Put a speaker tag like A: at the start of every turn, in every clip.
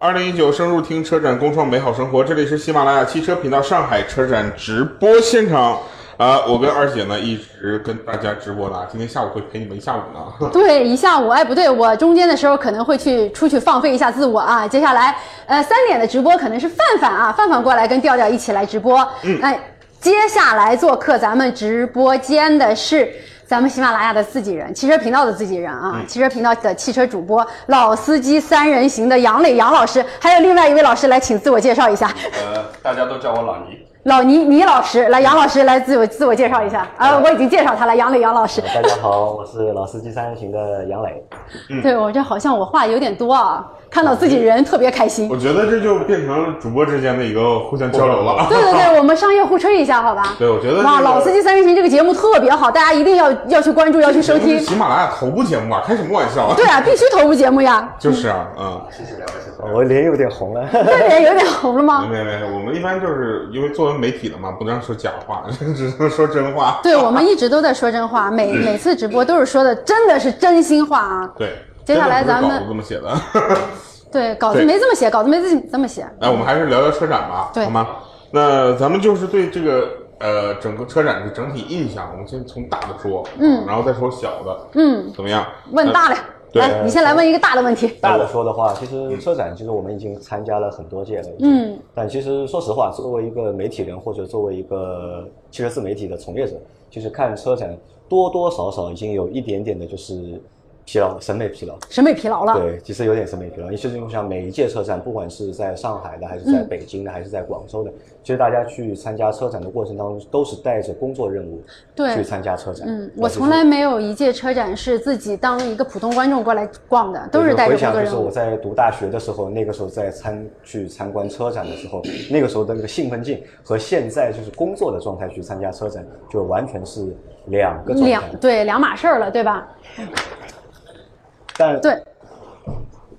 A: 二零一九深入听车展，共创美好生活。这里是喜马拉雅汽车频道上海车展直播现场啊、我跟二姐呢一直跟大家直播呢，今天下午会陪你们一下午呢。
B: 对，一下午，哎，不对，我中间的时候可能会去出去放飞一下自我啊。接下来，呃，三点的直播可能是范范啊，范范过来跟调调一起来直播。嗯，哎，接下来做客咱们直播间的是。咱们喜马拉雅的自己人，汽车频道的自己人啊，汽车频道的汽车主播，老司机三人行的杨磊杨老师，还有另外一位老师来，请自我介绍一下。
C: 呃，大家都叫我老倪。
B: 老倪倪老师来，杨老师来自我自我介绍一下啊，我已经介绍他了，杨磊杨老师。
D: 大家好，我是老司机三人行的杨磊。
A: 嗯
B: 对我这好像我话有点多啊，看到自己人特别开心
A: 我。觉得这就变成了主播之间的一个互相交流了啊。
B: 对对对，我们商业互吹一下，好吧？
A: 对我觉得
B: 哇，
A: 这个
B: 老司机三人行这个节目特别好，大家一定要要去关注，要去收
A: 这是
B: 听。
A: 喜马拉雅头部节目啊，开什么玩笑啊？
B: 对啊，必须头部节目呀！
A: 就是啊，嗯。
D: 我哦脸有点红啊了，
B: 这脸有点红了吗？
A: 没没没，我们一般就是因为作为媒体的嘛，不能说假话， 只能说真话。
B: 对，我们一直都在说真话，每每次直播都是说的真的是真心话啊。
A: 嗯对，
B: 接下来咱们
A: 真的不是稿子这么写的。
B: 对，稿子
A: 对
B: 没这么写，稿子没这么这么写。
A: 哎，我们还是聊聊车展吧，
B: 对
A: 好吗？那咱们就是对这个呃整个车展的整体印象，我们先从大的说，嗯，然后再说小的，
B: 嗯，
A: 怎么样？
B: 问大的，
A: 嗯对
B: 来，你先来问一个大的问题。
D: 大的说的话，其实车展其实我们已经参加了很多届了，嗯，但其实说实话，作为一个媒体人或者作为一个呃汽车自媒体的从业者，其实看车展多多少少已经有一点点的就是疲劳，审美疲劳。
B: 审美疲劳了。
D: 对，其实有点审美疲劳。因为其实我想，每一届车展，不管是在上海的，还是在北京的，还是在广州的，其实大家去参加车展的过程当中，都是带着工作任务
B: 对
D: 去参加车展。
B: 嗯，我从来没有一届车展是自己当一个普通观众过来逛的，都是带着
D: 回
B: 工
D: 想，
B: 作
D: 就
B: 人
D: 是我
B: 物。
D: 在读大学的时候，那个时候在参去参观车展的时候，那个时候的那个兴奋劲和现在就是工作的状态去参加车展，就完全是两个状
B: 两
D: 态。
B: 对两码事儿了，对吧？
D: 但
B: 对，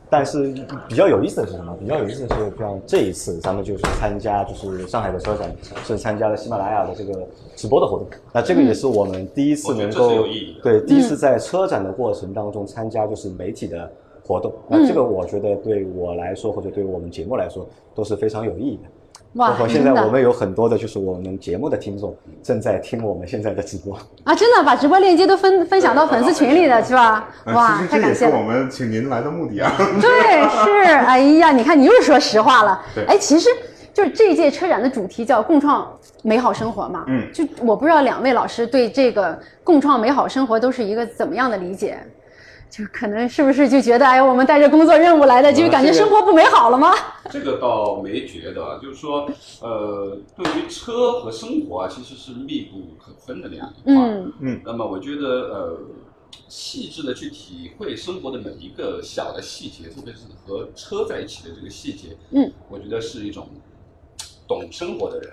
D: 但是比较有意思的是什么？比较有意思的是，像这一次咱们就是参加就是上海的车展，是参加了喜马拉雅的这个直播的活动。那这个也是我们第一次能
C: 哦我觉得这是
D: 够
C: 有意义的
D: 对第一次在车展的过程当中参加就是媒体的活动。那这个我觉得对我来说，或者对我们节目来说都是非常有意义的。包
B: 哇，
D: 括现
B: 真
D: 在
B: 的
D: 我们有很多的就是我们节目的听众正在听我们现在的直播。
B: 啊，真的把直播链接都分分享到粉丝群里了，是吧？
A: 呃
B: 哇
A: 其实，
B: 太
A: 这
B: 感
A: 也是
B: 谢
A: 我
B: 了。
A: 们请您来的目的啊。
B: 对， 是，哎呀，你看你又说实话了
A: 对。
B: 哎，其实就是这一届车展的主题叫“共创美好生活”嘛。
A: 嗯
B: 就我不知道两位老师对这个“共创美好生活”都是一个怎么样的理解？就可能是不是就觉得，哎，我们带着工作任务来的，
A: 嗯
B: 就感觉生活不美好了吗？
C: 这个倒没觉得啊，就是说，呃，对于车和生活啊，其实是密不可分的两一块。
B: 嗯，
C: 那么我觉得，呃，细致的去体会生活的每一个小的细节，特别是和车在一起的这个细节，
B: 嗯，
C: 我觉得是一种懂生活的人，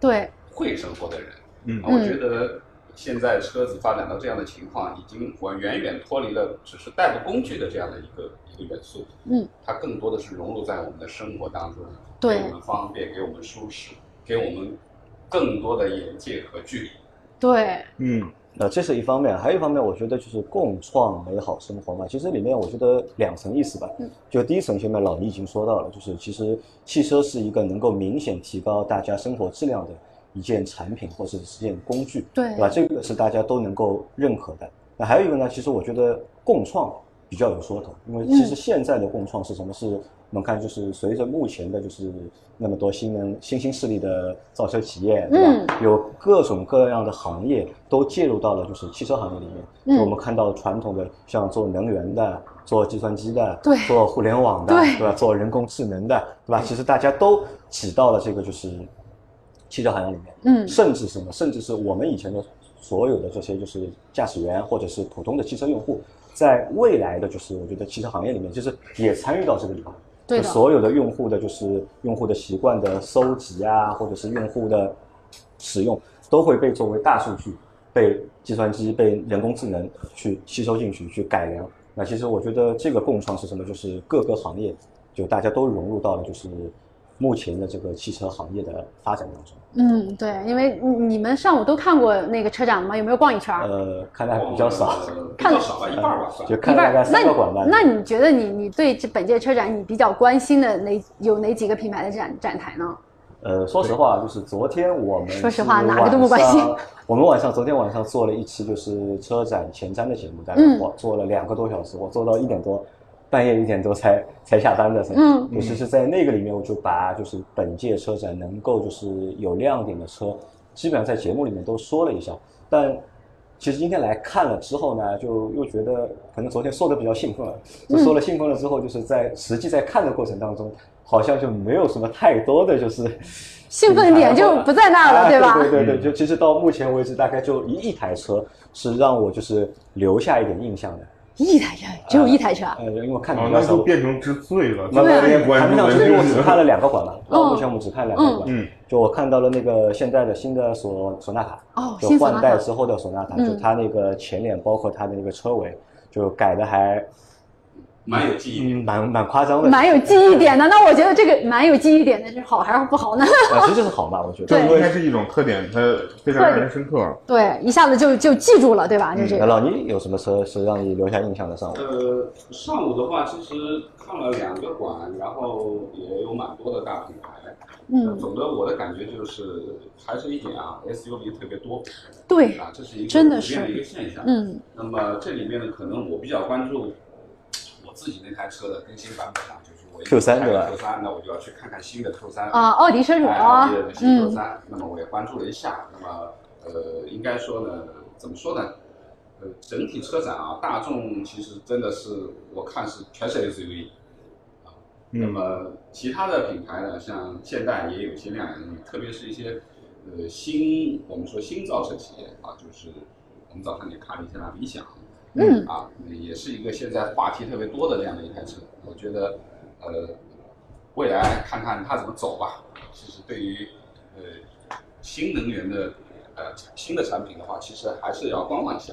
B: 对，
C: 会生活的人。
A: 嗯
C: 啊我觉得现在车子发展到这样的情况，已经我远远脱离了只是带个工具的这样的一个一个元素。
B: 嗯，
C: 它更多的是融入在我们的生活当中，
B: 对
C: 给我们方便，给我们舒适，给我们更多的眼界和距离。
B: 对，
A: 嗯，
D: 呃，这是一方面，还有一方面，我觉得就是共创美好生活嘛。其实里面我觉得两层意思吧，就第一层，前面老倪已经说到了，就是其实汽车是一个能够明显提高大家生活质量的一件产品或者是一件工具，
B: 对
D: 吧？这个是大家都能够认可的。那还有一个呢，其实我觉得共创比较有说头，因为
B: 嗯
D: 其实现在的共创是什么？是我们看就是随着目前的就是那么多新能新兴势力的造车企业，对吧？
B: 嗯
D: 有各种各样的行业都介入到了就是汽车行业里面。
B: 嗯
D: 就我们看到传统的像做能源的、做计算机的、
B: 对
D: 做互联网的，
B: 对
D: 对吧？做人工智能的，对吧？其实大家都挤到了这个就是汽车行业里面。
B: 嗯，
D: 甚至什么，甚至是我们以前的所有的这些就是驾驶员或者是普通的汽车用户，在未来的就是我觉得汽车行业里面，就是也参与到这个里面。
B: 对
D: 就
B: 的，
D: 所有的用户的就是用户的习惯的收集啊，或者是用户的使用，都会被作为大数据、被计算机、被人工智能去吸收进去、去改良。那其实我觉得这个共创是什么？就是各个行业就大家都融入到了就是目前的这个汽车行业的发展当中。
B: 嗯，对，因为你你们上午都看过那个车展了吗？有没有逛一圈儿？
D: 呃，看来比较少，
C: 呃比较少吧，一半儿吧，算。
D: 就是
B: 哦
D: 看
B: 一半
D: 大概
B: 儿那
D: 三
B: 你
D: 个馆吧。
B: 那你觉得你你对这本届车展你比较关心的哪有哪几个品牌的展展台呢？
D: 呃，说实话，就是昨天我们
B: 说实话
D: 是
B: 哪个都不关心
D: 晚上。我们晚上昨天晚上做了一期就是车展前瞻的节目，大概
B: 嗯
D: 我做了两个多小时，我做到一点多，半夜一点多才才下班的。
B: 嗯
D: 就是是在那个里面，我就把就是本届车展能够就是有亮点的车，基本上在节目里面都说了一下。但其实今天来看了之后呢，就又觉得可能昨天说的比较兴奋了，
B: 嗯
D: 就说了兴奋了之后，就是在实际在看的过程当中，好像就没有什么太多的就是
B: 兴奋点就不在那儿了，
D: 啊
B: 对吧？
D: 对对对
A: 嗯
D: 就其实到目前为止，大概就一一台车是让我就是留下一点印象的，
B: 一台车，只有一台车。
D: 呃，因为我看的
A: 哦
D: 比，较
A: 那
D: 少
A: 就。变成之最了，
D: 那
B: 对啊
A: 太关
D: 谈不
A: 注
D: 上
A: 了
D: 是因为我只
A: 这
D: 看
A: 个。
D: 了两个馆
B: 嗯
D: 嘛，到目前我只看了两个馆，
A: 嗯嗯，
D: 就我看到了那个现在的新的索索纳塔，
B: 哦，
D: 就
B: 新索
D: 换
B: 纳
D: 代
B: 塔。
D: 之后的索纳塔，
B: 嗯
D: 就它那个前脸包括它的那个车尾，就改的还
C: 蛮有记忆点。
D: 嗯蛮蛮夸张的，
B: 蛮有记忆点的，那我觉得这个蛮有记忆点的是好还是不好呢？
D: 呃，其实就是好嘛，我觉得，
B: 对
D: 因
A: 这应
D: 为
A: 该是一种特点，它非常让人深刻。
B: 对，一下子就就记住了，对吧？就这个。
D: 老倪有什么车是让你留下印象的上午？
C: 呃，上午的话，其实看了两个馆，然后也有蛮多的大品牌。呃
B: 嗯，
C: 总的我的感觉就是，还是一点啊，SUV 特别多
B: 对，
C: 啊，这是一个
B: 真的
C: 普遍
B: 是
C: 一个现象。
B: 嗯
C: 那么这里面呢，可能我比较关注我自己那台车的更新版本啊，就是我
D: Q3 对吧
C: ？Q 三，那我就要去看看新的 Q 三
B: 啊，奥迪车主啊，
C: 嗯，
B: 嗯
C: 那么我也关注了一下，那么呃，应该说呢，怎么说呢？呃，整体车展啊，大众其实真的是我看是全是 SUV，那啊
A: 嗯，
C: 么其他的品牌呢，像现代也有一些亮眼的东西，特别是一些呃新我们说新造车企业啊，就是我们早上也看了一下理想，
B: 嗯
C: 啊，也是一个现在话题特别多的这样的一台车。我觉得呃，未来看看它怎么走吧。其实对于呃新能源的呃新的产品的话，其实还是要观望一下。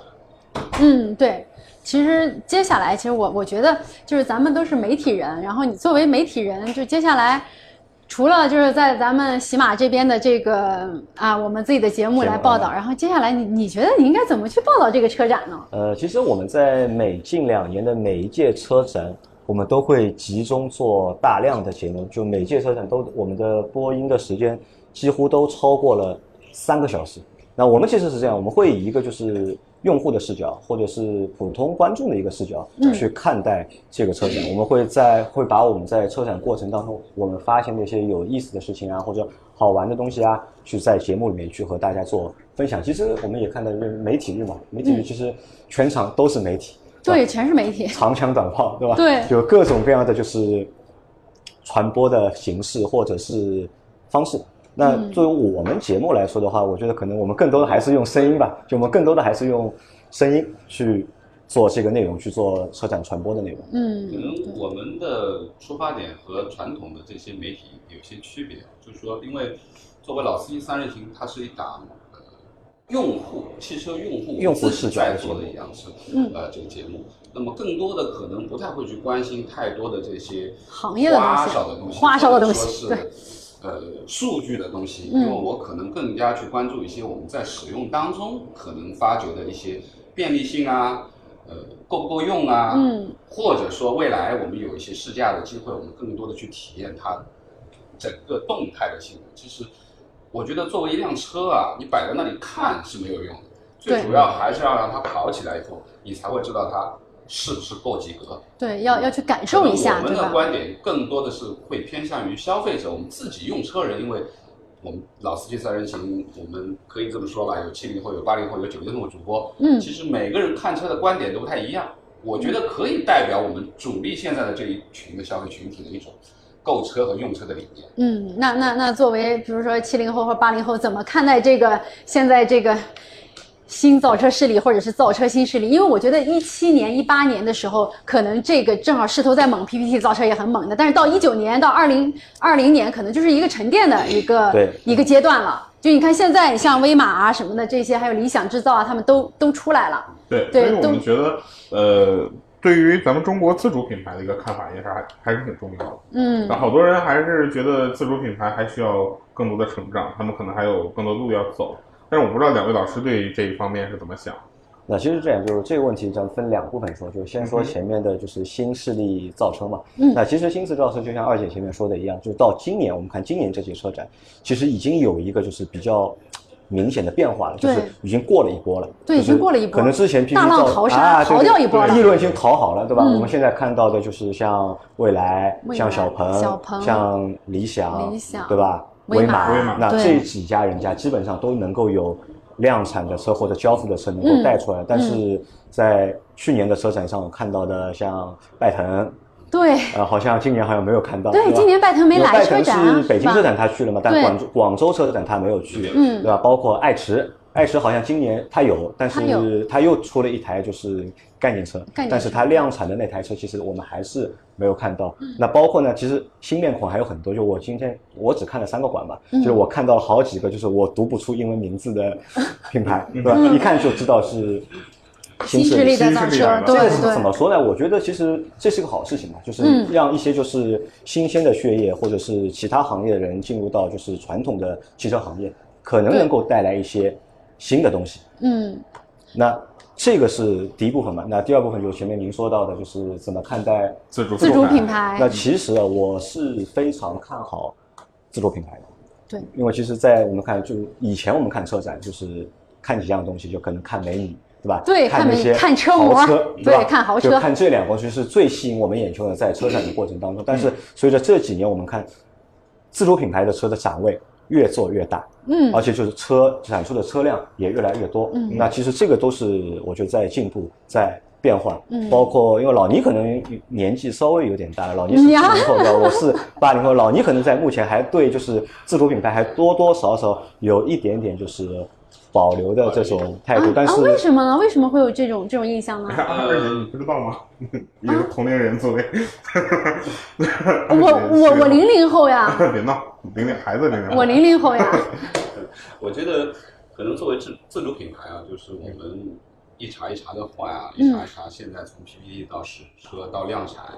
B: 嗯，对。其实接下来，其实我我觉得就是咱们都是媒体人，然后你作为媒体人，就接下来。除了就是在咱们喜马这边的这个啊，我们自己的节目来报
C: 嗯
B: 道，然后接下来你你觉得你应该怎么去报道这个车展呢？
D: 呃，其实我们在每近两年的每一届车展，我们都会集中做大量的节目，就每届车展都我们的播音的时间几乎都超过了三个小时。那我们其实是这样，我们会以一个就是用户的视角，或者是普通观众的一个视角
B: 嗯
D: 去看待这个车展。我们会在会把我们在车展过程当中我们发现的一些有意思的事情啊，或者好玩的东西啊，去在节目里面去和大家做分享。其实我们也看到，因为媒体日嘛，媒体日其实全场都是媒体，
C: 哦
B: 对，全是媒体。
D: 长枪短炮，对吧？
B: 对
D: 有各种各样的就是传播的形式或者是方式。那
B: 嗯
D: 作为我们节目来说的话，我觉得可能我们更多的还是用声音吧，就我们更多的还是用声音去做这个内容，去做车展传播的内容。
C: 可
B: 嗯，
C: 能我们的出发点和传统的这些媒体有些区别，啊就是说，因为作为老司机三人行，它是一档呃用户汽车用户
D: 用户
C: 自
D: 视
C: 己
D: 角
C: 在
D: 的节
C: 做的
D: 目
C: 一样是
B: 嗯
C: 呃这个节目，那么更多的可能不太会去关心太多的这些
B: 行业的东西
C: 花哨的东西，
B: 花哨的东西
C: 或者说是呃数据的东西，
B: 嗯
C: 因为我可能更加去关注一些我们在使用当中可能发觉的一些便利性啊，呃够不够用啊，
B: 嗯，
C: 或者说未来我们有一些试驾的机会，我们更多的去体验它整个动态的性能。其实我觉得作为一辆车啊，你摆在那里看是没有用的，最
B: 对
C: 主要还是要让它跑起来以后，你才会知道它是不是够及格。
B: 对，要要去感受一下，
C: 可
B: 对
C: 能我们的
B: 吧？
C: 观点更多的是会偏向于消费者，我们自己用车人，因为我们老司机三人行，我们可以这么说吧，有七零后，有八零后，有九零后主播，
B: 嗯
C: 其实每个人看车的观点都不太一样。我觉得可以代表我们主力现在的这一群的消费群体的一种购车和用车的理念。
B: 嗯，那那那作为比如说七零后或八零后，怎么看待这个现在这个新造车势力，或者是造车新势力？因为我觉得一七年、一八年的时候，可能这个正好势头在猛，PPT 造车也很猛的，但是到一九年到二零二零年，可能就是一个沉淀的一个
D: 对
B: 一个阶段了。就你看现在像威马啊什么的这些，还有理想制造啊，他们都都出来了。
A: 对，所
B: 对
A: 以我
B: 都
A: 们觉得，呃，对于咱们中国自主品牌的一个看法也是还还是挺重要的。
B: 嗯
D: 啊
A: 那好多人还是觉得自主品牌还需要更多的成长，他们可能还有更多路要走。但是我不知道两位老师对于这一方面是怎么想。
D: 那其实这样，就是这个问题，咱们分两部分说，就是先说
A: 嗯哼
D: 前面的，就是新势力造车嘛。
B: 嗯
D: 那其实新势力造车就像二姐前面说的一样，就是到今年，我们看今年这届车展，其实已经有一个就是比较明显的变化了，就
B: 对
D: 是已经过了一波了。
B: 对
D: 就是
B: 已经过了一波
D: 可能之前 PP
B: 大浪
D: 造
B: 淘沙
D: 啊对
B: 淘
D: 对
B: 掉一波
D: 对
B: 了
D: 议论已经讨好了，对吧？
B: 嗯
D: 我们现在看到的就是像蔚来、
B: 蔚
D: 像
B: 来
D: 小鹏、
B: 小鹏
D: 像理想、
B: 理想
D: 对吧？
B: 威马
A: 威马
D: 那
B: 嗯对
D: 这几家人家基本上都能够有量产的车或者交付的车能
B: 嗯
D: 够带出来，但是在去年的车展上我看到的像拜腾，
B: 对
D: 呃，好像今年好像没有看到。
B: 对，
D: 吧
B: 今年拜腾没
D: 因为
B: 来
D: 拜
B: 车
D: 腾
B: 展啊，
D: 是北京
B: 吧
D: 车展他去了嘛，但
B: 对
D: 广州广州车展他没有去，
B: 嗯
D: 对吧？包括爱驰，爱驰好像今年它有，但
B: 它有
D: 是它又出了一台就是概念车，
B: 概念车
D: 但是它量产的那台车其实我们还是没有看到。
B: 嗯
D: 那包括呢，其实新面孔还有很多，就我今天我只看了三个馆吧，
B: 嗯
D: 就是我看到了好几个，就是我读不出英文名字的 品牌，对吧？
B: 嗯
D: 一看就知道是
B: 新
D: 势
B: 势力
A: 新
B: 的
A: 势
B: 造
A: 力
B: 车
A: 来，了
B: 对
D: 这
B: 对
D: 是怎么说呢？我觉得其实这是个好事情嘛，就是
B: 嗯
D: 让一些就是新鲜的血液，或者是其他行业的人进入到就是传统的汽车行业，可能
B: 对
D: 能够带来一些新的东西。
B: 嗯
D: 那这个是第一部分嘛。那第二部分就是前面您说到的，就是怎么看待
A: 自主
B: 自主品
A: 牌，
B: 牌
D: 那其实啊，我是非常看好自主品牌的。
B: 对，
D: 因为其实，在我们看，就以前我们看车展，就是看几样东西，就可能看美女，对吧？
B: 对
D: 看
B: 看
D: 那
B: 美
D: 些
B: 看车模
D: 豪 车，吧
B: 对看豪车
D: 就看这两个其实是最吸引我们眼球的，在车展的过程当
B: 嗯
D: 中。但是随着这几年，我们看自主品牌的车的展位越做越大，
B: 嗯
D: 而且就是车产出的车辆也越来越多。
B: 嗯
D: 那其实这个都是我觉得在进步，在变化。
B: 嗯
D: 包括因为老倪可能年纪稍微有点大了，老倪是七
B: 呀
D: 零后对吧？我是八零后，老倪可能在目前还对就是自主品牌还多多少少有一点点就是保留的这种态度，
B: 啊
D: 但
B: 啊，为
D: 是。
B: 什么呢？为什么会有这种这种印象
D: 呃
B: 呢？
A: 二姐啊你不知道吗？一
B: 啊
A: 个同龄人作为，
B: 我 我我零零后呀，
A: 别闹，零零孩子零零后，
B: 我零零后呀，
C: 我觉得可能作为自自主品牌啊，就是我们一茬一茬的换啊，
B: 嗯
C: 一茬一茬，现在从 PPT 到实车到量产，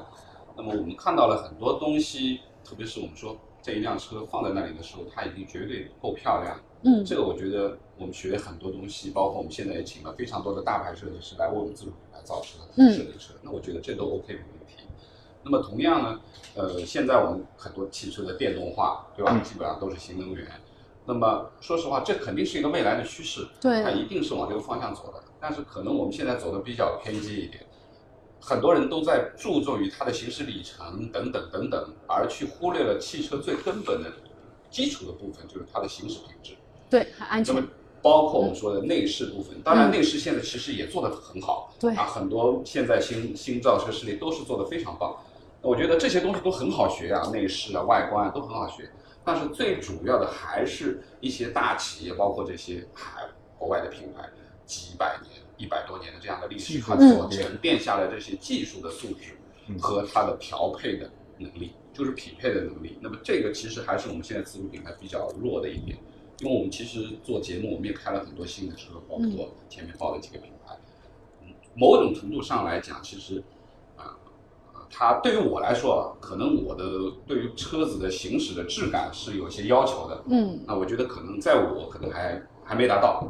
C: 那么我们看到了很多东西，特别是我们说这一辆车放在那里的时候，它已经绝对够漂亮。
B: 嗯
C: 这个我觉得我们学很多东西，包括我们现在也请了非常多的大牌设计师来为我们自主品牌造车、
B: 嗯
C: 设计车，那我觉得这都 OK 没问题。那么同样呢，呃，现在我们很多汽车的电动化，对吧？
A: 嗯
C: 基本上都是新能源。那么说实话，这肯定是一个未来的趋势，它
B: 对，
C: 一定是往这个方向走的。但是可能我们现在走的比较偏激一点，很多人都在注重于它的行驶里程等等等等，而去忽略了汽车最根本的基础的部分，就是它的行驶品质。
B: 对，很安
C: 那
B: 全
C: 么，包括我们说的内饰部分，
A: 嗯
C: 当然内饰现在其实也做得很好，
B: 对
C: 啊，很多现在新新造车势力都是做得非常棒。我觉得这些东西都很好学啊，内饰啊、外观啊都很好学，但是最主要的还是一些大企业，包括这些海国外的品牌，几百年、一百多年的这样的历
A: 技
C: 史，
A: 术嗯
C: 它
B: 积
C: 所
A: 淀
C: 沉淀下来这些技术的素质
A: 嗯
C: 和它的调配的能力，就是匹配的能力。那么这个其实还是我们现在自主品牌比较弱的一点。因为我们其实做节目，我们也开了很多新的车，包括前面报的几个品牌。嗯某种程度上来讲，其实啊、呃它对于我来说，啊，可能我的对于车子的行驶的质感是有些要求的。
B: 嗯，
C: 那我觉得可能在我可能还还没达到，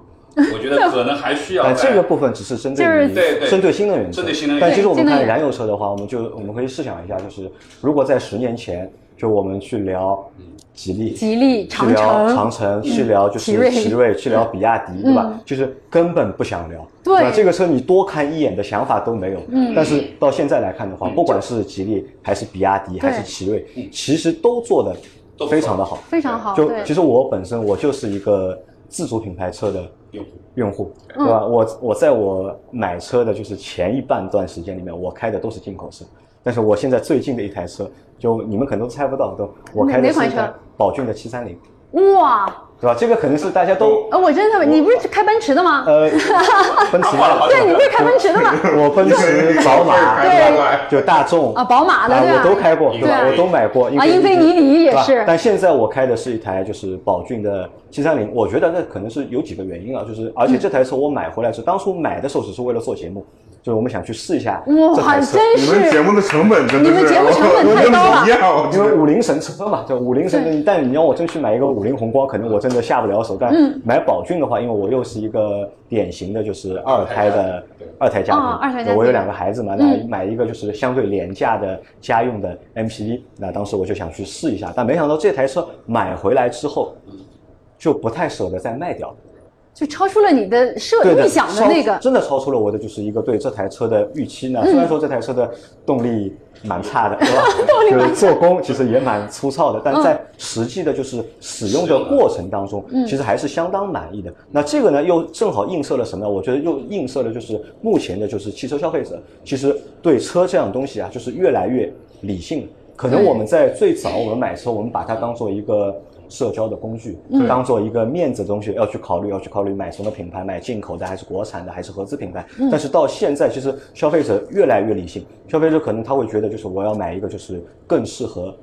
C: 我觉得可能还需要
D: 呃，
C: 在
D: 这个部分只是针对
B: 就是
D: 于
C: 对对
D: 针对新能源车，
C: 针对新能源
D: 但其实我们
B: 对
D: 看
B: 新能源
D: 燃油车的话，我们就我们可以试想一下，就是如果在十年前，就我们去聊
C: 嗯
D: 吉利，
B: 吉利、
D: 去
B: 长
D: 聊
B: 城
D: 长，城，去聊就
B: 奇瑞
D: 是奇瑞，去聊比亚迪，对吧
B: 嗯？
D: 就是根本不想聊，
B: 对
D: 吧这个车你多看一眼的想法都没有。
B: 嗯
D: 但是到现在来看的话，
C: 嗯
D: 不管是吉利还是比亚迪还是奇瑞
C: 嗯，
D: 其实都做
C: 都不
D: 的
C: 错
D: 非常的好。
B: 非常好，
D: 就
B: 哦对
D: 其，实我本身我就是一个自主品牌车的
C: 用户
D: 用户，
B: 嗯
D: 对吧？我我在我买车的就是前一半段时间里面，我开的都是进口车，但是我现在最近的一台车，就你们可能都猜不到，都我开
B: 哪嗯
D: 的
B: 哪款
D: 是一台
B: 车
D: 宝骏的七三零。
B: 哇，
D: 对吧？这个肯定是大家 都
B: 呃，我真的特别，你不是开奔驰的吗？
D: 呃，奔驰嘛，
B: 对，你不是开奔驰的吗？
D: 我奔驰、宝马，
A: 对
D: 就大众
B: 啊，宝马的
D: 啊，
B: 对吧？
D: 我都开过，对
B: 对啊
D: 吧？我都买过，
B: 啊，英菲尼迪也
D: 对吧
B: 是，
D: 但现在我开的是一台就是宝骏的730，我觉得这可能是有几个原因啊，就是而且这台车我买回来是当初买的时候只是为了做节目，就是我们想去试一下这
B: 嗯哇，
D: 台车。
B: 真
A: 你们节
B: 是
A: 目的成本真的
B: 你们节目成本太高了
A: 了
D: 因为五菱神车嘛，对五菱神车，但你让我真去买一个五菱宏光，可能我真的下不了手。但
B: 嗯
D: 买宝骏的话，因为我又是一个典型的就是二胎的
C: 对
D: 二胎家庭，
B: 哦二胎家庭
D: 我有两个孩子嘛，那
B: 嗯
D: 买一个就是相对廉价的家用的 MPV，那当时我就想去试一下，但没想到这台车买回来之后
C: 嗯，
D: 就不太舍得再卖掉。
B: 就超出了你的设
D: 对的，
B: 预想的那
D: 超
B: 个，
D: 真的超出了我的就是一个对这台车的预期呢。
B: 嗯
D: 虽然说这台车的动力蛮差的，对吧？
B: 动力蛮差
D: 就是做工其实也蛮粗糙的，但在实际的就是使用的过程当中，
B: 嗯
D: 其实还是相当满意的。那这个呢，又正好映射了什么呢？我觉得又映射了就是目前的就是汽车消费者其实对车这样东西啊，就是越来越理性了。可能
B: 对
D: 我们在最早我们买车，我们把它当做一个社交的工具，
B: 嗯
D: 当做一个面子的东西要去考虑，要去考虑买什么品牌，买进口的还是国产的还是合资品牌。但是到现在，其实消费者越来越理性，消费者可能他会觉得就是我要买一个就是更适合。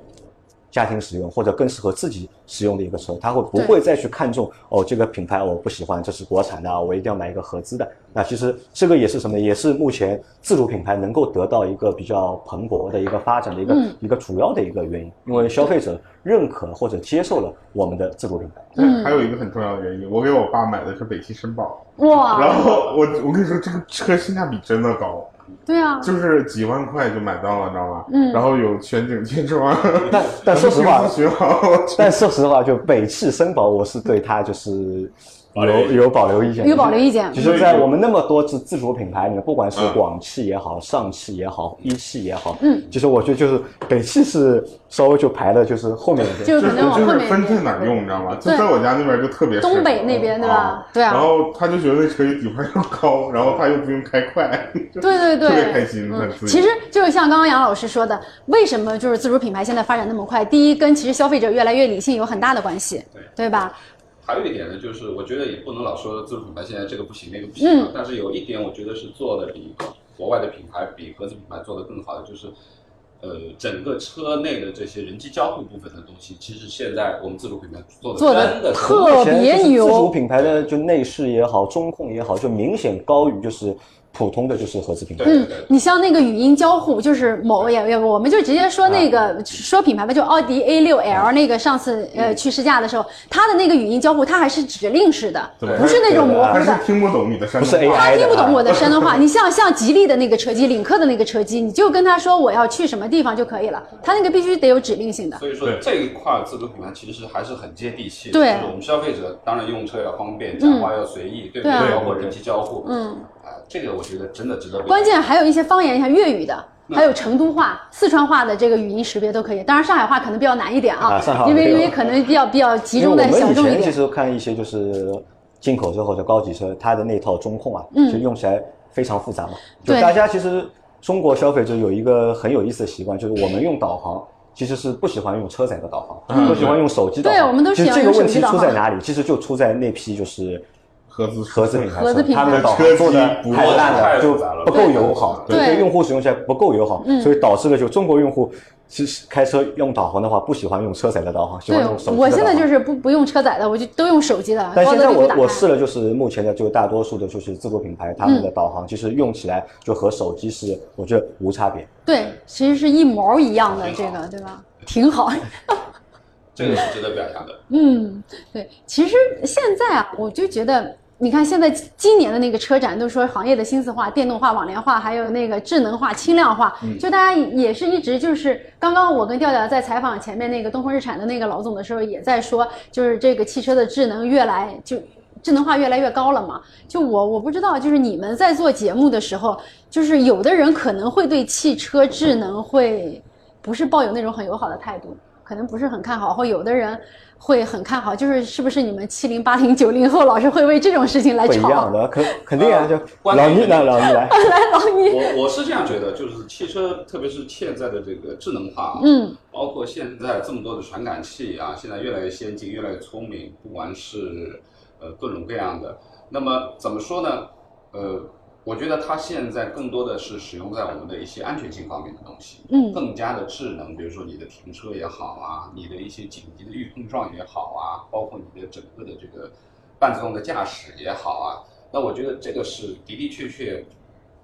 D: 家庭使用或者更适合自己使用的一个车，他会不
B: 对
D: 会再去看重哦这个品牌我不喜欢，这是国产的，我一定要买一个合资的。那其实这个也是什么？也是目前自主品牌能够得到一个比较蓬勃的一个发展的一个、
B: 嗯
D: 一个主要的一个原因，因为消费者认可或者接受了我们的自主品牌。
B: 嗯
A: 还有一个很重要的原因，我给我爸买的是北汽绅宝，
B: 哇，
A: 然后我我跟你说，这个车性价比真的高，
B: 对啊，
A: 就是几万块就买到了，你知道吗？
B: 嗯
A: 然后有全景天窗，
D: 但 但说 实话，
A: 巡航，
D: 但说实话，就北汽绅宝，我是对它就是
C: 保留意见
D: 有
C: 嗯
D: 有保留意见的，
B: 有保留意见
D: 其实，在我们那么多自自主品牌里面，不管是广汽也好，上汽也好，一汽也好，
B: 嗯，
D: 其实我觉得就是北汽是稍微就排的就是后面一点。
A: 就
B: 就可
A: 是
B: 能往
A: 就
B: 后
A: 是
B: 面
A: 分在哪儿用，你知道吗？就
B: 对
A: 在我家那边就特别适合
B: 东北那边对吧
A: 啊
B: 对啊
A: 然后他就觉得那车底盘又高，然后他又不用开快，
B: 对对
A: 特别开
B: 对。
A: 心。啊
B: 嗯
A: 很自由
B: 其实就是像刚刚杨老师说的，为什么就是自主品牌现在发展那么快？第一，跟其实消费者越来越理性有很大的关系，
C: 对
B: 对吧？
C: 还有一点呢，就是我觉得也不能老说自主品牌现在这个不行那个不行、啊
B: 嗯
C: 但是有一点我觉得是做的比国外的品牌比合资品牌做的更好的就是，呃，整个车内的这些人机交互部分的东西，其实现在我们自主品牌做的
B: 做得
C: 真的是
B: 特
D: 目前就是
B: 别牛
D: 自主品牌的就内饰也好，中控也好，就明显高于就是普通的就是合资品牌。
C: 对
B: 嗯
C: 对对，
B: 你像那个语音交互，就是某也也，我们就直接说那
A: 啊
B: 个、说品牌吧，就奥迪 A 六 L 那个上次
A: 嗯
B: 呃去试驾的时候，它的那个语音交互，它还是指令式的，
A: 对
B: 不是那种模
A: 他
B: 糊的
A: 是。听不懂你的山
D: 不是
A: 东话
D: AI
B: 他听不懂
D: 的
B: 我的山东话， 你像像吉利的那个车机，领克的那个车机，你就跟他说我要去什么地方就可以了，他那个必须得有指令性的。
C: 所以说
A: 对
C: 这一块儿自主品牌其实还是很接地气的，
B: 对
C: 就是我们消费者当然用车要方便，
B: 嗯
C: 讲话要随意，对不
B: 对啊
C: 包括人机交互，
B: 嗯，
C: 啊，这个我觉得真的值得被
B: 关键还有一些方言，像粤语的，
C: 嗯
B: 还有成都话、四川话的这个语音识别都可以。当然上海话可能比较难一点啊
D: 啊上海，话
B: 因为
D: 没
B: 因
D: 有
B: 为可能比较比较集
D: 因为
B: 中
D: 我
B: 在
D: 们
B: 小
D: 以
B: 众一
D: 前其
B: 点。
D: 实看一些就是进口车或者高级车，它的那套中控啊，
B: 嗯
D: 就用起来非常复杂嘛。就
B: 对
D: 大家其实中国消费者有一个很有意思的习惯，就是我们用导航。其实是不喜欢用车载的导航，
A: 嗯
D: 不喜欢用手机导航。
B: 对我们都
D: 其实
B: 喜欢
D: 这
B: 用
D: 个
B: 手
D: 问
B: 机
D: 题
B: 导航
D: 出在哪里？其实就出在那批就是
A: 合资
D: 合资品牌
B: 合资品牌
D: 他们的导航做的太烂了，就不够友好，
B: 对
D: 对用户使用起来不够友好，
B: 嗯
D: 所以导致了就中国用户其实开车用导航的话，不喜欢用车载的导航，喜欢
B: 对
D: 用手机的导，
B: 我
D: 航。
B: 现在就是不不用车载的，我就都用手机的。
D: 但
B: 啊高
D: 现
B: 德
D: 在
B: 地图
D: 我
B: 打
D: 我
B: 开
D: 试了，就是目前的就大多数的就是自主品牌，他
B: 嗯
D: 们的导航其实用起来就和手机是我觉得无差别。
B: 对，其实是一毛一样的这
C: 挺好
B: 个，对吧？挺好。
C: 这个是值得表扬的。
B: 嗯，对，其实现在啊，我就觉得，你看现在今年的那个车展，都说行业的新四化、电动化、网联化，还有那个智能化、轻量化，就大家也是一直就是，刚刚我跟调调在采访前面那个东风日产的那个老总的时候，也在说，就是这个汽车的智能越来就智能化越来越高了嘛。就我我不知道，就是你们在做节目的时候，就是有的人可能会对汽车智能会不是抱有那种很友好的态度。可可能不是很看好，或有的人会很看好，就是是不是你们七零八零九零后老是会为这种事情来
D: 不一样
B: 吵？哎
D: 的，肯肯定
C: 呃
D: 啊，就
C: 观
D: 老
C: 点
D: 倪
C: 不一
D: 来，
C: 样
D: 老倪来，
B: 来，老倪，
C: 我我是这样觉得，就是汽车，特别是现在的这个智能化，啊，
B: 嗯
C: 包括现在这么多的传感器啊，现在越来越先进，越来越聪明，不管是呃各种各样的。那么怎么说呢？呃，我觉得它现在更多的是使用在我们的一些安全性方面的东西，
B: 嗯
C: 更加的智能，比如说你的停车也好啊， 你的一些紧急的预碰撞也好啊， 包括你的整个的这个半自动的驾驶也好啊，那我觉得这个是的的确确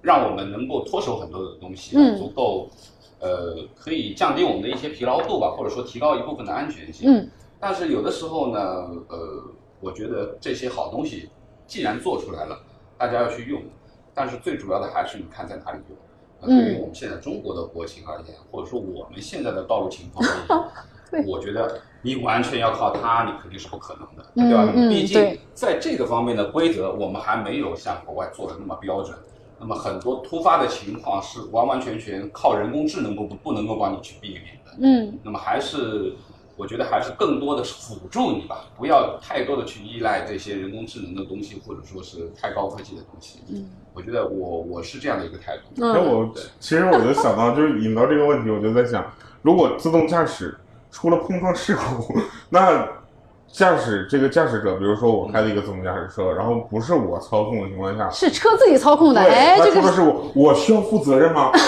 C: 让我们能够脱手很多的东西，啊
B: 嗯
C: 足够呃可以降低我们的一些疲劳度吧，或者说提高一部分的安全性。
B: 嗯
C: 但是有的时候呢，呃，我觉得这些好东西既然做出来了，大家要去用，但是最主要的还是你看在哪里用。那对于
B: 嗯
C: 我们现在中国的国情而言，或者说我们现在的道路情况而
B: 对
C: 言，我觉得你完全要靠它，你肯定是不可能的，对吧？
B: 嗯嗯
C: 毕
B: 对
C: 竟在这个方面的规则，我们还没有像国外做的那么标准。那么很多突发的情况是完完全全靠人工智能不不能够帮你去避免的。
B: 嗯
C: 那么还是我觉得还是更多的是辅助你吧，不要太多的去依赖这些人工智能的东西，或者说是太高科技的东西。
B: 嗯
C: 我觉得我我是这样的一个态度。
A: 那
B: 嗯，
A: 我其实我就想到，就是引到这个问题，我就在想，如果自动驾驶出了碰撞事故，那驾驶这个驾驶者，比如说我开了一个自动驾驶车，然后不是我操控的情况下，
B: 是车自己操控的，
A: 对，
B: 哎，
A: 那
B: 这
A: 出
B: 个
A: 了事故，我需要负责任吗？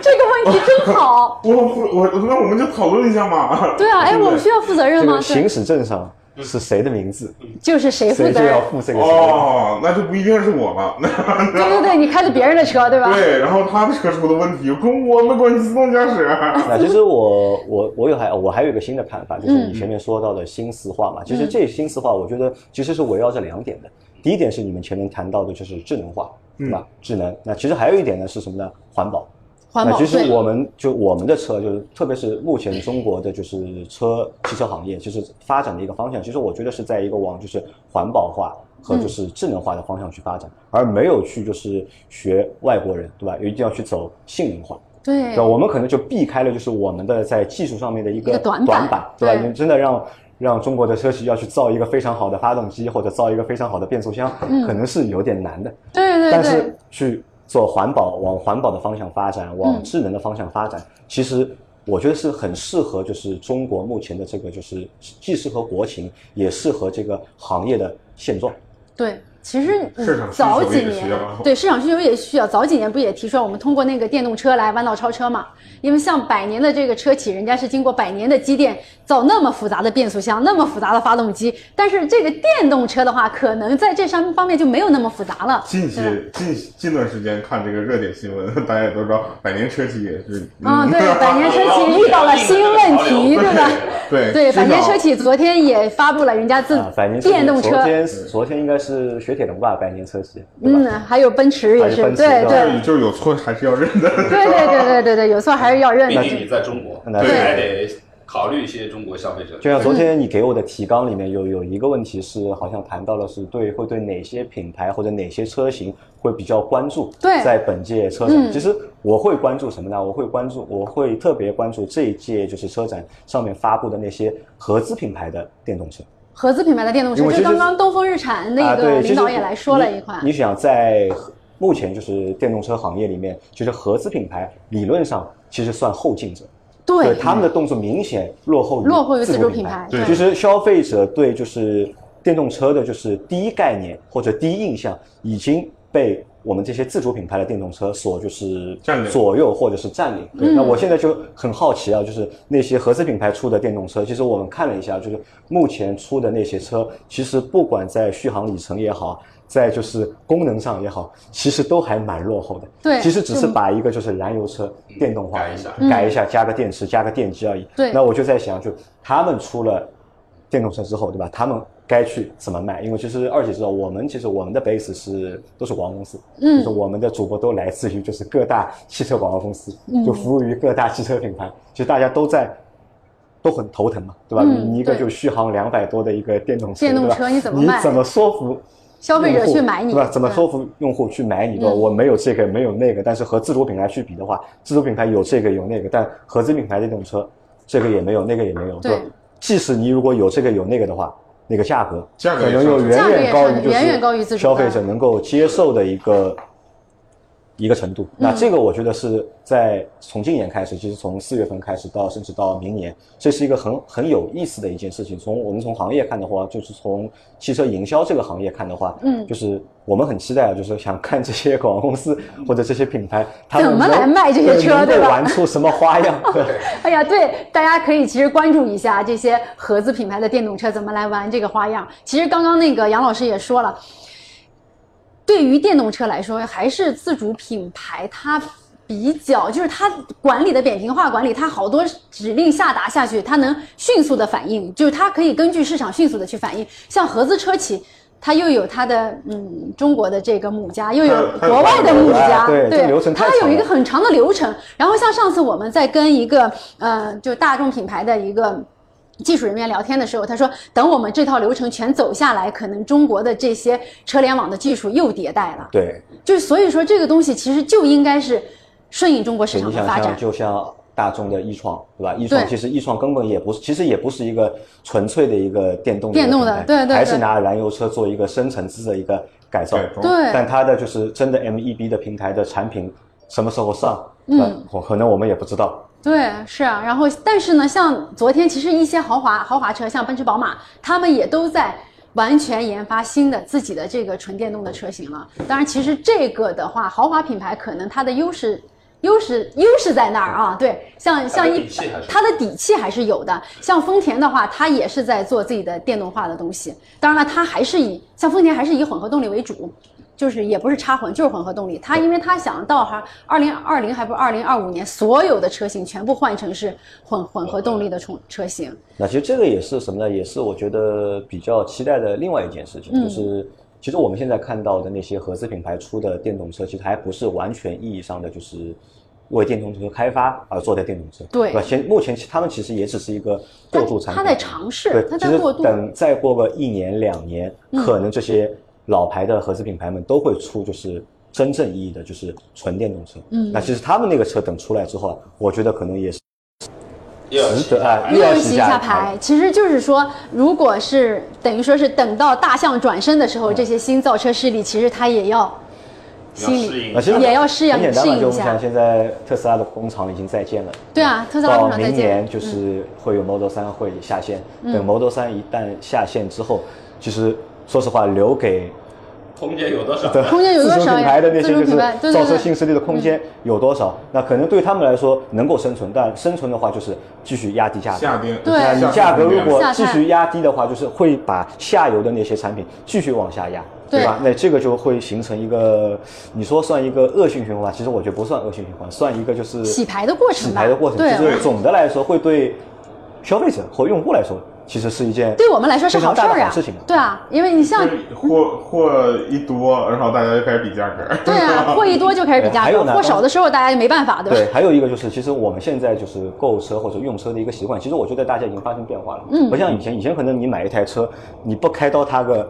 B: 这个问题真好。
A: 我不，我那我们就讨论一下嘛。
B: 对啊，哎，
A: 对不
B: 我
A: 对
B: 们需要负责任
D: 这
B: 吗
D: 个？
B: 对
D: 行，驶证上是谁的名字，
B: 就是谁负
D: 谁就
B: 责任
D: 要。负这个责任。
A: 哦，那就不一定是我了。那
B: 对对对，你开的别人的车，对吧？
A: 对，然后他的车出的问题跟我没关系，自动驾驶。
D: 那其实我我我有还我还有一个新的看法，就是
B: 嗯
D: 你前面说到的新四化嘛，其实这新四化我觉得其实是围绕着两点的。第一点是你们前面谈到的，就是智能化，对吧？智能。那其实还有一点呢是什么呢？环保。
B: 环
D: 那
B: 保
D: 其实
B: 对，
D: 我们就我们的车，就是特别是目前中国的就是车汽车行业，其实发展的一个方向，其实我觉得是在一个往就是环保化
B: 嗯
D: 和就是智能化的方向去发展，而没有去就是学外国人，对吧？一定要去走性能化。
B: 对
D: 对，我们可能就避开了就是我们的在技术上面的一
B: 一
D: 个
B: 个短板
D: 对吧？
B: 对
D: 你真的让让中国的车企要去造一个非常好的发动机或者造一个非常好的变速箱，
B: 嗯
D: 可能是有点难的。
B: 对对
D: 但
B: 对嗯
D: 是，去做环保，往环保的方向发展，往智能的方向发展，其实我觉得是很适合，就是中国目前的这个，就是既适合国情，也适合这个行业的现状。
B: 对，其实嗯
A: 市场需求
B: 早几
A: 也
B: 年
A: 需要啊
B: 对市场需求也需要，早几年不也提出来，我们通过那个电动车来弯道超车嘛？因为像百年的这个车企，人家是经过百年的积淀，造那么复杂的变速箱，那么复杂的发动机，但是这个电动车的话，可能在这上方面就没有那么复杂了。
A: 近些近近段时间看这个热点新闻，大家也都知道，百年车企也是
B: 啊，
A: 嗯
B: 对，百年车企遇到了新问题，对吧？
A: 对
B: 对，
A: 至少
B: 百年车企昨天也发布了人家自
D: 啊，百年车
B: 电动
D: 昨
B: 车，
D: 天昨天应该是雪铁龙吧，百年车企，对吧？
B: 嗯，还有奔驰也
D: 还有
B: 是，
D: 奔驰
B: 对
D: 对
A: 就
B: 对
A: 是就是有错还是要认的。
B: 对对对对对对，有错还是要认
C: 毕
B: 的。
C: 竟你在中国，
D: 那
C: 所以
A: 对
C: 还得考虑一些中国消费者。
D: 就
B: 嗯
D: 像昨天你给我的提纲里面有有一个问题是，好像谈到了是对会对哪些品牌或者哪些车型会比较关注。
B: 对
D: 在本届车展，
B: 嗯
D: 其实我会关注什么呢？我会关注，我会特别关注这一届就是车展上面发布的那些合资品牌的电动车。
B: 合资品牌的电动车，
D: 因为
B: 这
D: 其实
B: 刚刚东风日产那
D: 啊，
B: 个
D: 对，
B: 领
D: 其实
B: 导也来说了一款，
D: 你。你想在目前就是电动车行业里面，就是合资品牌理论上其实算后进者。
B: 对
D: 他们的动作明显落后于
B: 落后于自
D: 自
B: 主
D: 主
B: 品
D: 品
B: 牌
D: 牌。
A: 对
D: 其实消费者对就是电动车的就是第一概念或者第一印象已经被。我们这些自主品牌的电动车所就是
A: 占领
D: 左右或者是占领，
B: 嗯
D: 那我现在就很好奇啊，就是那些合资品牌出的电动车，其实我们看了一下，就是目前出的那些车，其实不管在续航里程也好，在就是功能上也好，其实都还蛮落后的。
B: 对
D: 其实只是
B: 就
D: 把一个就是燃油车电动化
C: 改一下
D: 改一下，加个电池，加个电机而已。
B: 嗯对
D: 那我就在想，就他们出了电动车之后，对吧？他们该去怎么卖？因为其实二姐知道，我们其实我们的 base 是都是广告公司，
B: 嗯
D: 就是我们的主播都来自于就是各大汽车广告公司，
B: 嗯
D: 就服务于各大汽车品牌，其实大家都在。都很头疼嘛，对吧？
B: 嗯
D: 你一个
B: 对
D: 就续航两百多的一个电动车，
B: 电动
D: 对吧
B: 车你怎么
D: 你
B: 卖
D: 怎么说服
B: 消费者去买你
D: 用户对吧？怎么
B: 对
D: 说服用户去买你？对吧？
B: 嗯
D: 我没有这个，没有那个，但是和自主品牌去比的话，自主品牌有这个有那个，但合资品牌这种车这个也没有，那个也没有。
B: 对
D: 就即使你如果有这个有那个的话，那个价格
A: 价格
D: 可
A: 也
D: 能
A: 上
D: 又
A: 去
D: 远远高于就
B: 远远高于自主
D: 是消费
B: 的
D: 者能够接受的一个一个程度。
B: 嗯
D: 那这个我觉得是在从今年开始，其实从四月份开始到甚至到明年，这是一个很很有意思的一件事情。从我们从行业看的话，就是从汽车营销这个行业看的话，
B: 嗯
D: 就是我们很期待啊，就是想看这些广告公司或者这些品牌，他们
B: 怎么来
D: 能
B: 卖这些车
D: 能够
B: 对吧
D: 玩出什么 花样？对。
B: 哎呀，对，大家可以其实关注一下这些合资品牌的电动车怎么来玩这个花样。其实刚刚那个杨老师也说了，对于电动车来说，还是自主品牌它。比较就是它管理的扁平化管理，它好多指令下达下去，它能迅速的反应，就是它可以根据市场迅速的去反应。像合资车企，它又有它的嗯中国的这个母家，又有
A: 还有还有
B: 国外的母
D: 国外
B: 家，
D: 哎对这个流程太
B: 它有
D: 长
B: 一
D: 了
B: 个很长的流程。然后像上次我们在跟一个呃，就大众品牌的一个。技术人员聊天的时候，他说：“等我们这套流程全走下来，可能中国的这些车联网的技术又迭代了。
D: 对，
B: 就是所以说，这个东西其实就应该是顺应中国市
D: 对
B: 场
D: 你
B: 的
D: 想
B: 发展
D: 像。就像大众的易创，对吧？易创
B: 对
D: 其实易创根本也不是，其实也不是一个纯粹的一个电动
B: 电
D: 一个
B: 动的
D: 品牌
B: 对对对
D: 还是拿燃油车做一个深层次的一个改造。
A: 改装
B: 对
D: 但它的就是真的 MEB 的平台的产品什么时候上？对吧
B: 嗯，
D: 我可能我们也不知道。
B: 对，是啊。然后，但是呢，像昨天其实一些豪华豪华车，像奔驰、宝马，他们也都在完全研发新的自己的这个纯电动的车型了。当然，其实这个的话，豪华品牌可能它的优势。优势优势在那儿啊，对，像像一
C: 底气还是
B: 它的底气还是有的。像丰田的话，它也是在做自己的电动化的东西。当然了，它还是以像丰田还是以混合动力为主，就是也不是插混，就是混合动力。它因为它想到哈，二零二零还不是二零二五年，所有的车型全部换成是混混合动力的车车型。
D: 那其实这个也是什么呢？也是我觉得比较期待的另外一件事情，
B: 嗯
D: 就是其实我们现在看到的那些合资品牌出的电动车，其实还不是完全意义上的就是为电动车开发而做的电动车，
B: 对
D: 吧？现目前其他们其实也只是一个
B: 它
D: 过渡产
B: 它
D: 品，
B: 在尝试
D: 对，，
B: 它
D: 其
B: 在
D: 实
B: 过渡。
D: 等再过个一年两年，
B: 嗯
D: 可能这些老牌的合资品牌们都会出就是真正意义的，就是纯电动车。
B: 嗯
D: 那其实他们那个车等出来之后啊，我觉得可能也是
C: 又要
D: 值得啊，
B: 又
D: 要
B: 洗一下牌，其实就是说，如果是等于说是等到大象转身的时候，这些新造车势力其实它也要
C: 要
B: 心
C: 适
B: 里
C: 应
D: 啊，其实
B: 也要适应
D: 很简单
B: 适
D: 嘛，
B: 应一
D: 就我
B: 下
D: 们想现在特斯拉的工厂已经在建了。嗯
B: 对啊特斯拉工
D: 到
B: 厂在建嗯
D: 明年就是会有 Model 3会下线，等 Model 3一旦下线之后，其实说实话，留给
C: 空间有多 少？啊
B: 空间有多
D: 自主
B: 少
D: 品
B: 呀
D: 牌的那？些
B: 自主
D: 就
B: 品牌，对
D: 是造
B: 对嗯
D: 车
B: 对。
D: 新势力的空间有多少？那可能对他们来说能够生存，但生存的话就是继续压低价格。
A: 下跌，
B: 对
D: 那
A: 下
D: 你
A: 跌
D: 价格如果
B: 下探
D: 继续压低的话，就是会把下游的那些产品继续往下压，
B: 对
D: 吧？那这个就会形成一个，你说算一个恶性循环，其实我觉得不算恶性循环，算一个就是
B: 洗牌的过程吧
D: 洗牌的过程，
B: 对
D: 其实总的来说会对消费者或用户来说，其实是一件
B: 对我们来说是好事
D: 非常
B: 儿啊
D: 大的
B: 呀
D: 好事情嘛，
B: 对啊，因为你像
A: 就是货货一多，然后大家就开始比价格。
B: 对啊，货一多就开始比价
D: 哎还
B: 格
D: 有，呢
B: 货少的时候大家就没办法，对吧？
D: 对，还有一个就是，其实我们现在就是购车或者用车的一个习惯，其实我觉得大家已经发生变化了。
B: 嗯
D: 不像以前，以前可能你买一台车，你不开到它个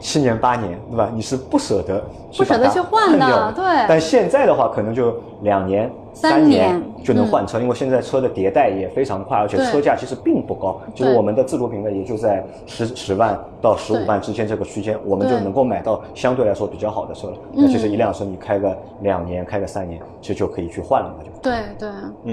D: 七年八年，对吧？你是不舍得
B: 不舍得
D: 把它
B: 去换的
D: 掉
B: 对
D: 但现在的话，可能就两年、
B: 三
D: 年
B: 年嗯
D: 就能换车，因为现在车的迭代也非常快，而且
B: 对
D: 车价其实并不高，就是
B: 对
D: 我们的自主品牌也就在十十万到十
B: 对
D: 五万之间这个区间，我们就
B: 对
D: 能够买到相对来说比较好的车了。那
B: 嗯
D: 其实一辆车你开个两年、开个三年，其实就可以去换了嘛，就。
B: 对对，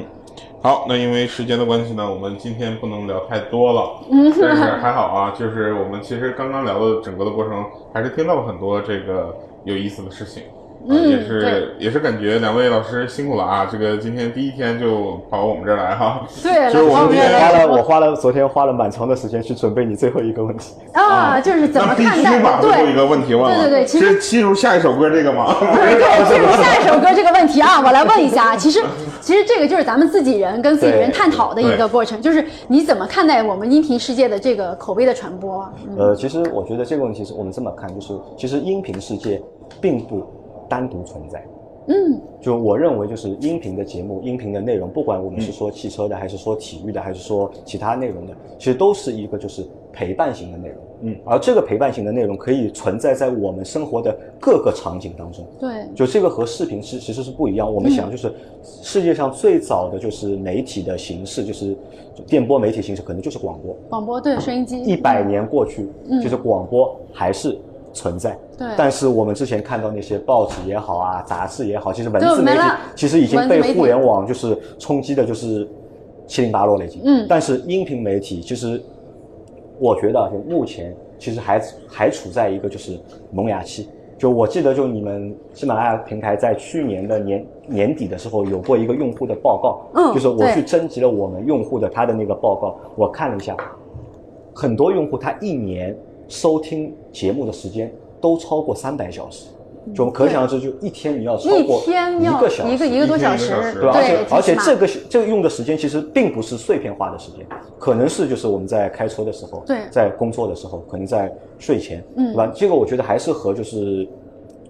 A: 好，那因为时间的关系呢，我们今天不能聊太多 了。嗯，但是还好啊，就是我们其实刚刚聊的整个的过程，还是听到了很多这个有意思的事情。呃
B: 嗯
A: 也是也是感觉两位老师辛苦了啊！这个今天第一天就跑我们这儿来哈，
B: 对
A: 就是我
B: 来跑
A: 们
B: 我们
A: 今
B: 这儿
A: 天
B: 来
D: 花了我花了昨天花了蛮长的时间去准备你最后一个问题。
B: 啊，就是怎么
A: 那必
B: 看
A: 须
B: 待
A: 把最后一
B: 对
A: 个问题问了。
B: 对对对其
A: 是
B: 实
A: 进入下一首歌这个吗？
B: 对，进入下一首歌这个问题啊，我来问一下啊。其实，其实这个就是咱们自己人跟自己人
D: 对
B: 探讨的一个过程，就是你怎么看待我们音频世界的这个口碑的传播？嗯
D: 呃，其实我觉得这个问题是我们这么看，就是其实音频世界并不单独存在，
B: 嗯
D: 就我认为，就是音频的节目、音频的内容，不管我们
B: 嗯
D: 是说汽车的，还是说体育的，还是说其他内容的，其实都是一个就是陪伴型的内容。
A: 嗯，
D: 而这个陪伴型的内容可以存在在我们生活的各个场景当中。
B: 对，
D: 就这个和视频是其实是不一样。我们
B: 嗯
D: 想就是世界上最早的就是媒体的形式，就是就电波媒体形式，可能就是广播。
B: 广播对收音机
D: 一百年过去，
B: 嗯
D: 就是广播还是存在。
B: 对，
D: 但是我们之前看到那些报纸也好啊，杂志也好，其实文
B: 对
D: 字
B: 没
D: 媒体
B: 了
D: 其实已经
B: 文字媒
D: 被
B: 体
D: 互联网就是冲击的，就是七零八落了已经。
B: 嗯
D: 但是音频媒体其实，我觉得啊就目前其实还还处在一个就是萌芽期。就我记得，就你们喜马拉雅平台在去年的年年底的时候有过一个用户的报告，
B: 嗯
D: 就是我去
B: 对
D: 征集了我们用户的他的那个报告，我看了一下，很多用户他一年收听节目的时间都超过三百小时，就我们可想而知，就一天你要超
B: 嗯一
D: 过
B: 天要
D: 个小时，
B: 一个一个多小
A: 一天一个小时
D: 对，而且而且
B: 挺
D: 这
B: 慢
D: 个是这个用的时间其实并不是碎片化的时间，可能是就是我们在开车的时候，
B: 对
D: 在工作的时候，可能在睡前，
B: 嗯
D: 对吧？这个我觉得还是和就是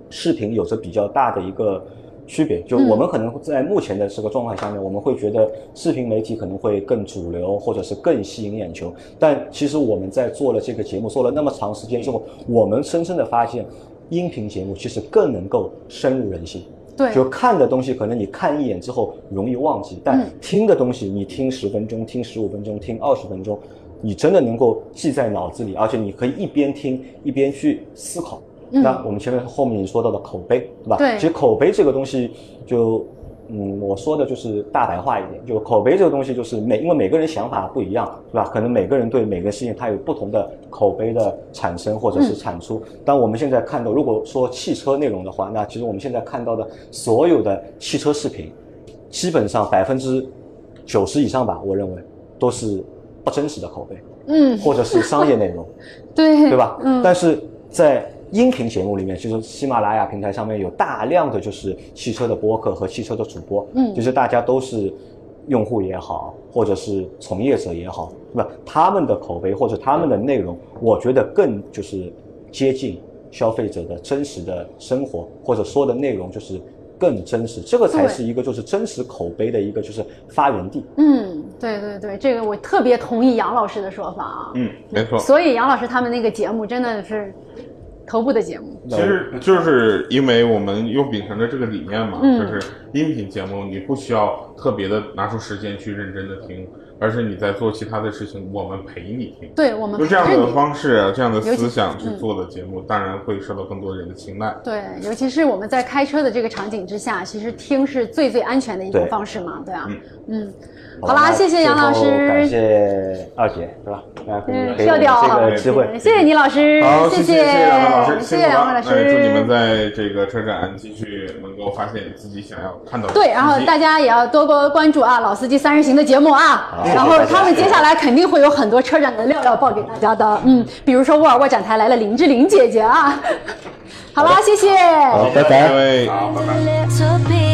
D: 视频有着比较大的一个区别。就
B: 嗯
D: 我们可能在目前的这个状况下面，我们会觉得视频媒体可能会更主流，或者是更吸引眼球。但其实我们在做了这个节目，做了那么长时间之后，我们深深的发现，音频节目其实更能够深入人心。
B: 对
D: 就看的东西，可能你看一眼之后容易忘记，但
B: 嗯
D: 听的东西，你听十分钟、听十五分钟、听二十分钟，你真的能够记在脑子里，而且你可以一边听一边去思考。
B: 嗯
D: 那我们前面后面你说到的口碑，对吧？
B: 对
D: 其实口碑这个东西就。嗯，我说的就是大白话一点，就口碑这个东西，就是每因为每个人想法不一样，对吧？可能每个人对每个事情他有不同的口碑的产生或者是
B: 嗯
D: 产出。但我们现在看到，如果说汽车内容的话，那其实我们现在看到的所有的汽车视频，基本上百分之九十以上吧，我认为都是不真实的口碑，
B: 嗯
D: 或者是商业内容。
B: 对
D: 对吧？
B: 嗯，
D: 但是在音频节目里面，其实喜马拉雅平台上面有大量的就是汽车的播客和汽车的主播，
B: 嗯
D: 就是大家都是用户也好，或者是从业者也好，对吧？他们的口碑或者他们的内容，
B: 嗯
D: 我觉得更就是接近消费者的真实的生活，或者说的内容就是。更真实，这个才
B: 对
D: 是一个就是真实口碑的一个就是发源地。
B: 嗯，对对对，这个我特别同意杨老师的说法啊。
A: 嗯，没错。
B: 所以杨老师他们那个节目真的是头部的节目，
A: 其实就是因为我们又秉承着这个理念嘛，
B: 嗯
A: 就是音频节目你不需要特别的拿出时间去认真的听，而是你在做其他的事情，我们陪你听。
B: 对我们
A: 用这样
B: 陪着
A: 的
B: 你
A: 方式、啊这样的
B: 尤其
A: 思
B: 嗯
A: 想去做的节目，当然会受到更多人的青睐。
B: 对，尤其是我们在开车的这个场景之下，其实听是最最安全的一种
D: 对
B: 方式嘛，对啊，嗯，好
D: 好啦，
B: 啦，谢谢杨老
D: 最后感
B: 师，
D: 谢二姐，对吧？大家可以
B: 嗯，
D: 给
B: 调
D: 我们
B: 调
D: 这
B: 啊
D: 个机会，
B: 谢谢倪老师，
A: 好，
B: 谢
A: 谢两位老师，
B: 谢
A: 辛
B: 谢
A: 苦
B: 两位
A: 了。
B: 老
A: 那也祝你们
B: 师。
A: 在这个车展继续能够发现你自己想要看到的。
B: 对，然后大。家也要多多关注啊，《老司机三人行》的节目啊
D: 好。
B: 然后他们接下来肯定会有很多车展的料要报给大家的，嗯，比如说沃尔沃展台来了林志玲姐姐啊。好啦，谢谢。
D: 好，
A: 拜
D: 拜拜
A: 拜。
E: A little bit